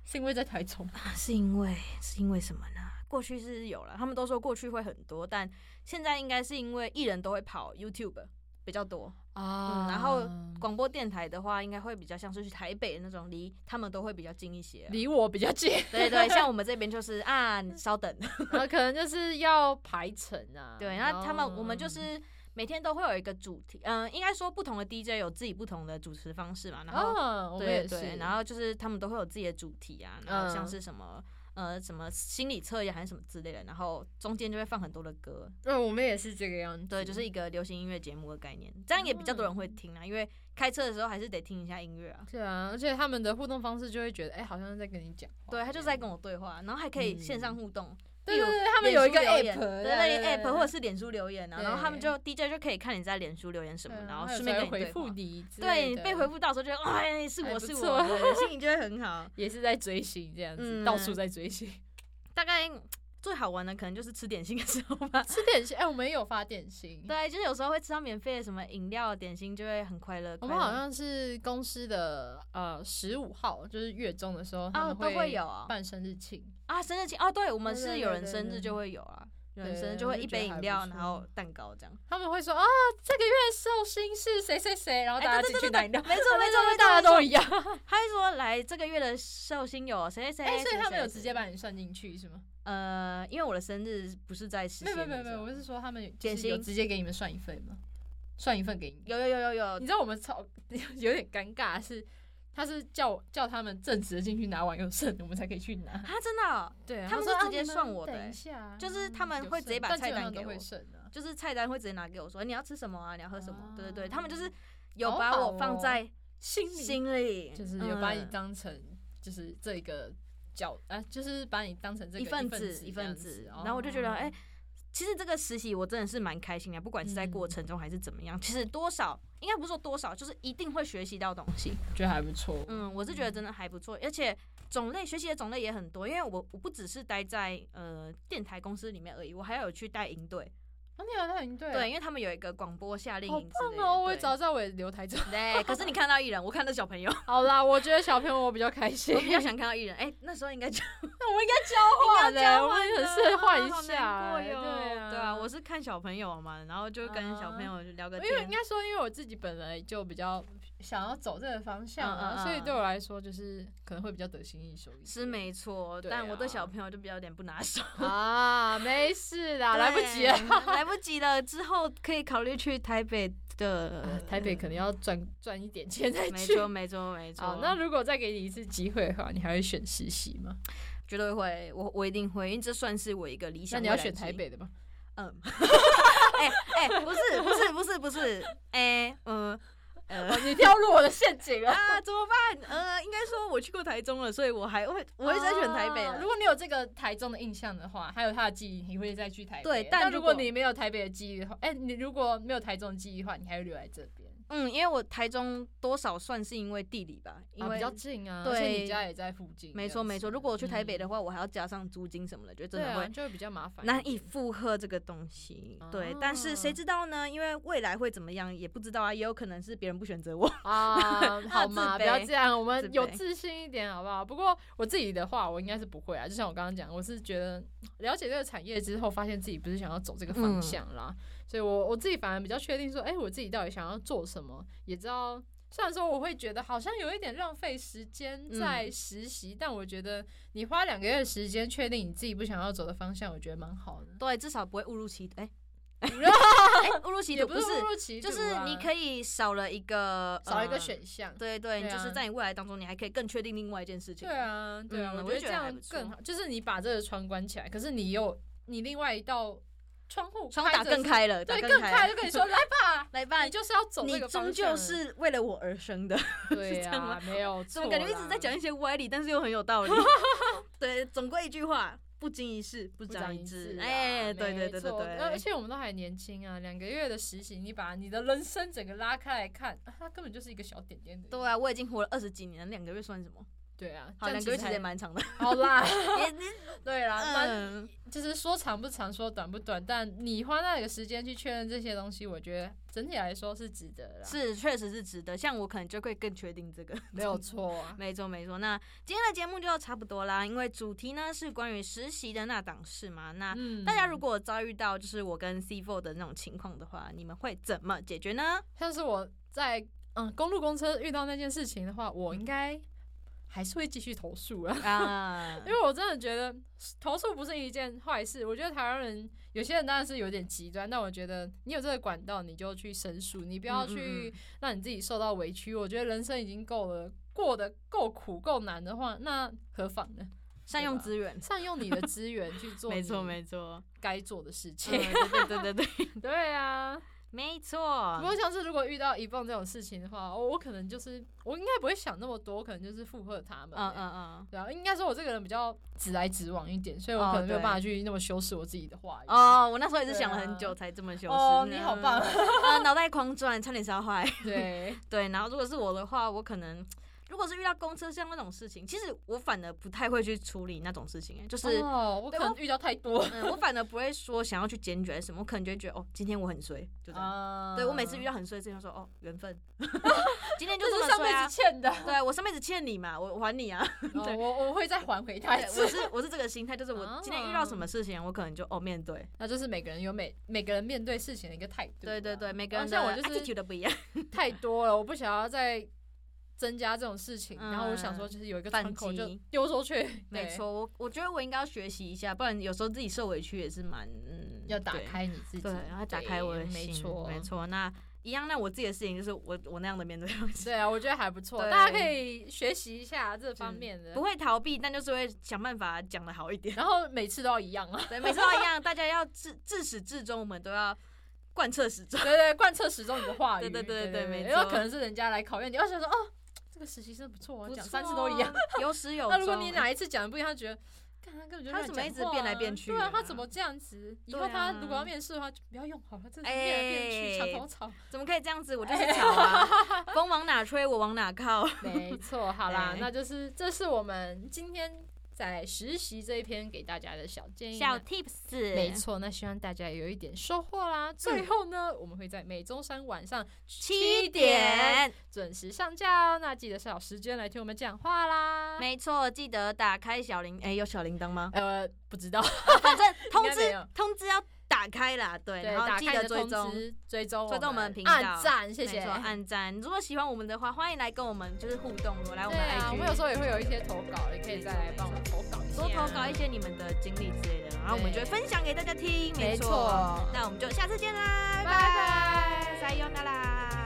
B: 是因为在台 中
A: 是因为是因为什么呢？过去是有了，他们都说过去会很多，但现在应该是因为艺人都会跑 YouTube 比较多，
B: 啊
A: 嗯然后广播电台的话，应该会比较像是去台北那种，离他们都会比较近一些啊。
B: 离我比较近，
A: 对对， 像我们这边就是啊，你稍 等，
B: 然后呃可能就是要排程啊。
A: 对，那他
B: 然
A: 们
B: 后
A: 我们就是每天都会有一个主题，嗯、应该说不同的 DJ 有自己不同的主持方式嘛，然后、
B: 啊，我们
A: 对
B: 也
A: 对，
B: 是，
A: 然后就是他们都会有自己的主题啊，然后像
B: 嗯
A: 是什么。呃，什么心理测验还是什么之类的，然后中间就会放很多的歌，
B: 嗯，我们也是这嗯个样子。
A: 对，就是一个流行音乐节目的概念，这样也比较多人会听啊，因为开车的时候还是得听一下音乐啊。
B: 对啊，而且他们的互动方式就会觉得，哎、好像在跟你讲话。
A: 对，他就是在跟我对话，然后还可以线上
B: 哦嗯
A: 互动，
B: 对
A: 例
B: 对
A: 如
B: 对，他们
A: 脸
B: 有一
A: 书
B: 个
A: 留言
B: app，
A: 对对对 app 或者
B: 是
A: 是脸书留言啊，然后他们就 DJ 就可以看你在脸书留言什么，然后顺便跟你对
B: 回
A: 话
B: 复你之
A: 对
B: 类
A: 你
B: 的，
A: 被回复到的时候就觉得，哎，是
B: 还
A: 我
B: 不
A: 是我，
B: 错
A: 对心情就会很好。
B: 也是在追星这样子，
A: 嗯
B: 到处在追星。
A: 大概嗯最好玩的可能就是吃点心的时候吧。
B: 吃点心，哎、我们也有发点心。
A: 对，就是有时候会吃到免费的什么饮料、点心，就会很快乐。
B: 我们
A: 快乐
B: 好像是公司的呃十五号，就是月中的时候，他
A: 哦
B: 们
A: 都会有哦
B: 办生日庆，
A: 啊，生日庆哦，对我们
B: 对
A: 是
B: 对
A: 有
B: 对
A: 人
B: 对
A: 生日
B: 对
A: 就会有啊，有人
B: 对
A: 生日就会
B: 我就
A: 一
B: 觉得
A: 杯饮
B: 还不
A: 料，
B: 错
A: 然后蛋糕这样。
B: 他们会说啊，这个月寿星是谁谁谁，然后
A: 哎
B: 大家
A: 对
B: 进
A: 对
B: 去
A: 对
B: 拿饮料，
A: 对没错
B: 啊
A: 没
B: 对
A: 错
B: 对
A: 没
B: 对
A: 错
B: 大家
A: 没错
B: 都一样。
A: 他会说来这个月的寿星有谁谁谁，
B: 哎、 所以
A: 谁
B: 他们有
A: 谁
B: 直
A: 谁
B: 接把你算进去是吗？
A: 呃，因为我的生日不是在实
B: 没有没有
A: 现
B: 没
A: 的
B: 有没有，
A: 时候，
B: 我是说他们就
A: 减
B: 是有
A: 薪
B: 直接给你们算一份吗？算一份给你。
A: 有有有有有
B: 你知道我们超 有点尴尬是，他是叫我叫他们正直的进去拿完有剩，我们才可以去拿。
A: 啊，真的哦、
B: 对
A: 他们是直接算我的欸
B: 啊等一下，啊
A: 就是他们会直接把
B: 有剩
A: 菜
B: 但基本
A: 单
B: 上
A: 给
B: 都
A: 我
B: 会剩啊。
A: 就是菜单会直接拿给我说你要吃什么啊，你要喝什么，对对对，他们就是
B: 哦
A: 有
B: 好
A: 把我
B: 好
A: 放
B: 哦
A: 在
B: 心里
A: 心里，
B: 就是有把你
A: 嗯
B: 当成就是这一个角啊，就是把你当成这个
A: 一份
B: 子
A: 子一
B: 这样
A: 份子，
B: 哦
A: 然后我就觉得，哎、其实这个实习我真的是蛮开心的，不管是在过
B: 嗯
A: 程中还是怎么样，其实多少应该不是说多少，就是一定会学习到东西。
B: 觉得还不错。
A: 嗯，我是觉得真的还不错，而且种类学习的种类也很多，因为我我不只是待在呃电台公司里面而已，我还有去带营队，
B: 啊，你有带领队，
A: 对，，因为他们有一个广播夏令
B: 好
A: 营之
B: 棒
A: 类的
B: 哦！我也
A: 对
B: 只要在我也留台中。
A: 对，可是你看到艺人，我看到小朋友，
B: 好啦，我觉得小朋友我比较开心
A: 我，比较想看到艺人。哎、那时候应该就
B: 那我们应该交换的，啊
A: 交
B: 我
A: 换
B: 们
A: 的
B: 很适合换一
A: 好
B: 下
A: 难过
B: 欸，
A: 哟
B: 对啊，
A: 对啊，我是看小朋友嘛，然后就跟小朋友就聊个
B: 因
A: 天，
B: 为应该说，因为我自己本来就比较想要走这个方向啊，
A: 嗯嗯嗯
B: 所以对我来说就是可能会比较得心应手一些。
A: 是没错，
B: 对
A: 但我对
B: 啊
A: 小朋友就比较有点不拿手，
B: 啊，没事啦，来不及了。
A: 对，来不及了，之后可以考虑去台北的、
B: 啊台北可能要赚赚一点钱再
A: 嗯没
B: 去。
A: 错，没错，没错
B: 好，。那如果再给你一次机会的话，你还会选实习吗？
A: 绝对会，我我一定会，因为这算是我一个理想。
B: 那你要选台？北的 吗？
A: 嗯，哎哎、不是不是不是不是，哎、嗯呃。
B: 哦你掉入我的陷阱 了。
A: 啊，怎么办？呃，应该说我去过台中了，所以我还会，我一直在选台北
B: 啊
A: 了
B: 如。果你有这个台中的印象的话，还有他的记忆，你会再去台北。
A: 对但
B: 但
A: 如
B: 如
A: 果
B: 果你没有台北的记忆的话，哎、你如果没有台中的记忆的话，你还会留在这边。
A: 嗯，因为我台中多少算是因为地理吧，因
B: 啊、
A: 为、
B: 比较近啊，
A: 对
B: 而且你家也在附近。
A: 没错没错。如果我去台北的
B: 话，
A: 话，我还要加上租金什么的，就真
B: 嗯对
A: 的
B: 啊，
A: 会
B: 就会比较麻烦一点，
A: 难以负荷这个东西。对，但是谁
B: 啊
A: 知道呢？因为未来会怎么样也不知道啊，也有可能是别人不选择我。
B: 啊， 好嘛，不
A: 自卑
B: 要这样，我
A: 自
B: 们
A: 卑
B: 有自信一点好不好？不过我自己的话，我应该是不会啊。就像我刚刚讲，我是觉得了解这个产业之后，发现自己不是想要走这个方向啦，所以我我自己反而比较确定说，哎、我自己到底想要做什么，也知道。虽然说我会觉得好像有一点浪费时间在实习，但我觉得你花两个月的时间确定你自己不想要走的方向，我觉得蛮好的。
A: 对，至少不会误入歧途。哎、
B: 不要
A: 哎误入歧
B: 也
A: 途
B: 不
A: 是，
B: 误入歧途
A: 就
B: 啊
A: 是你可以少了一个
B: 少一个
A: 呃
B: 选项。
A: 对对，
B: 对
A: 就是
B: 啊
A: 在你未来当中，你还可以更确定另外一件事情。
B: 对，啊，对啊，
A: 嗯
B: 我
A: 我就
B: 觉得
A: 觉
B: 这
A: 得还
B: 样
A: 不错
B: 更好，就是你把这个窗关起来，可是你又你另外一道窗户
A: 窗打
B: 开着
A: 更
B: 是，
A: 开了，打
B: 对，
A: 更
B: 更
A: 开
B: 开，
A: 了，
B: 就跟你 说来吧，
A: 来吧
B: 你，就是要走
A: 你
B: 这个
A: 终
B: 方
A: 究
B: 向，
A: 是为了我而 生的。
B: 对
A: 这样吗
B: 啊，没有
A: 怎
B: 错
A: 么
B: 啦，
A: 感觉一直在讲一些歪理，但是又很有道 理？对，总归一句话，不经一事不
B: 不
A: 长
B: 长
A: 一
B: 一
A: 智
B: 智。啊，
A: 哎，对对
B: 没
A: 对对
B: 错呃而
A: 对，
B: 且我们都还年轻啊，两个月的实习，你把你的人生整个拉开来看，啊它根本就是一个小点点的，
A: 对啊，我已经活了二十几年，两个月算什么？
B: 对啊，
A: 好，
B: 这样
A: 两个月其
B: 还
A: 实也蛮长 的。
B: 好 啦，
A: 也也
B: 对啦，那
A: 嗯，
B: 就是说长不长，说短不短，但你花那个时间去确认这些东西，我觉得整体来说是值得的啦。啊
A: 是确实是值得。像我可能就会更确定这个，
B: 没有错啊。
A: 没错没错，那今天的节目就差不多啦，因为主题呢是关于实习的那档事嘛。那
B: 嗯
A: 大家如果遭遇到就是我跟 C Four 的那种情况的话，你们会怎么解决 呢？
B: 像是我在嗯公路公车遇到那件事情的话，我应该还是会继续投诉啊，
A: 啊
B: 因，为我真的觉得投诉不是一件坏事。我觉得台湾人有些人当然是有点极端，但我觉得你有这个管道，你就去申诉，你不要去
A: 嗯
B: 让你自己受到委屈。我觉得人生已经够了，过得够苦够难的话，那何妨呢？
A: 善用资源，
B: 善用你的资源去做，
A: 没错没错，
B: 该做的事
A: 嗯
B: 情。
A: 对对对对对，
B: 对啊，
A: 没
B: 不
A: 错，
B: 过像是如果遇到一蹦这种事情的话，哦我我可能就是我应该不会想那么多，我可能就是附和他们、
A: 嗯嗯 嗯。
B: 对啊，应该说我这个人比较直来直往一点，所以我
A: 哦
B: 可能没有
A: 对
B: 办法去那么修饰我自己的话语。
A: 哦，我那时候也是想了
B: 对啊
A: 很久才这么修饰。
B: 哦你好棒
A: 啊，脑袋狂转，差点烧坏。
B: 对，
A: 对，然后如果是我的话，我可能如果是遇到公车像那种事情，其实我反而不太会去处理那种事情，欸就是
B: 哦，我可能遇到太多
A: 嗯，我反而不会说想要去检举还是什么，我可能就会觉得哦，今天我很衰，就这样。
B: 啊
A: 对我每次遇到很衰的事情，就说哦，缘 分，今天就
B: 这
A: 这
B: 是
A: 么
B: 上
A: 衰
B: 辈
A: 啊
B: 子。欠的，
A: 对我上辈子欠你嘛，我我还 你啊。
B: 哦我我会再还回他
A: 对
B: 一，次
A: 我。是我是这个心态，就是我今天遇到什么事情，我可能就哦面对。
B: 那就是每个人有每每个人面对事情的一个态度啊。
A: 对对对，每个
B: 啊
A: 人
B: 像我
A: 的
B: 就是
A: attitude 都不一样。
B: 太多了，我不想要再增加这种事情。
A: 嗯
B: 然后我想说，就是有一个窗口
A: 反击
B: 就丢出去，
A: 没
B: 对，
A: 错，我我觉得我应该要学习一下，不然有时候自己受委屈也是蛮嗯
B: 要打
A: 对
B: 开你自己，
A: 对，然后打开我的
B: 对
A: 心，
B: 没错，
A: 没。错。那一样，那我自己的事情就是我我那样的面对方式，
B: 对啊，我觉得还不错，
A: 对
B: 大家可以学习一下这方面的
A: 不。会逃避，但就是会想办法讲的好一 点。
B: 然后每次都要一样啊，
A: 对，每次都一样，大家要自自始至终，我们都要贯彻始终。
B: 对对，贯彻始终你的话语，
A: 对对对
B: 对
A: 对没
B: 因
A: 错
B: 为可能是人家来考验你，而且说哦，这个实习生不错啊，
A: 不
B: 讲
A: 错
B: 三次都一样。
A: 啊，有始有终。
B: 那如果你哪一次讲的不一样，他觉得，看他根本就
A: 他
B: 乱
A: 怎么
B: 讲
A: 一直
B: 话
A: 变来
B: 啊
A: 变去
B: 对啊，他
A: 啊
B: 怎么这样子？以
A: 对
B: 后
A: 啊
B: 他如果要面试的话，就不要用好了，这是变来变去，
A: 哎
B: 墙头草。
A: 怎么可以这样子？我 就是吵啊，风往哪吹，我往哪靠。
B: 哎 没错，好啦，
A: 对
B: 那就是这是我们今天。在实习这一篇给大家的小建议。
A: 小 tips，
B: 没错，那希望大家有一点收获啦。最后呢，我们会在每周三晚上
A: 七
B: 点
A: 点，
B: 准时上架哦，那记得是有时间来听我们讲话啦。
A: 没错，记得打开小铃，
D: 哎，有小铃铛 吗？
B: 呃，不知道，
A: 反正通
B: 应该没
A: 知
B: 有
A: 通知要打开啦，对，
B: 对，
A: 然后
B: 打
A: 记
B: 开你
A: 得
B: 的
A: 追
B: 通
A: 踪。
B: 知，追踪
A: 追踪我们的频道
B: 按赞，谢谢
A: 没。错，按赞。如果喜欢我们的话，欢迎来跟我们就是互动，来我
B: 对
A: 们的 IG，、
B: 啊，我们有时候也会有一些投稿，也可以再来帮我们投稿一下，
A: 多投稿一些你们的经历之类的，然后我们就会分享给大家听。
B: 没
A: 错，
B: 错。
A: 那我们就下次见啦，
B: 拜拜
A: 拜，再用啦啦。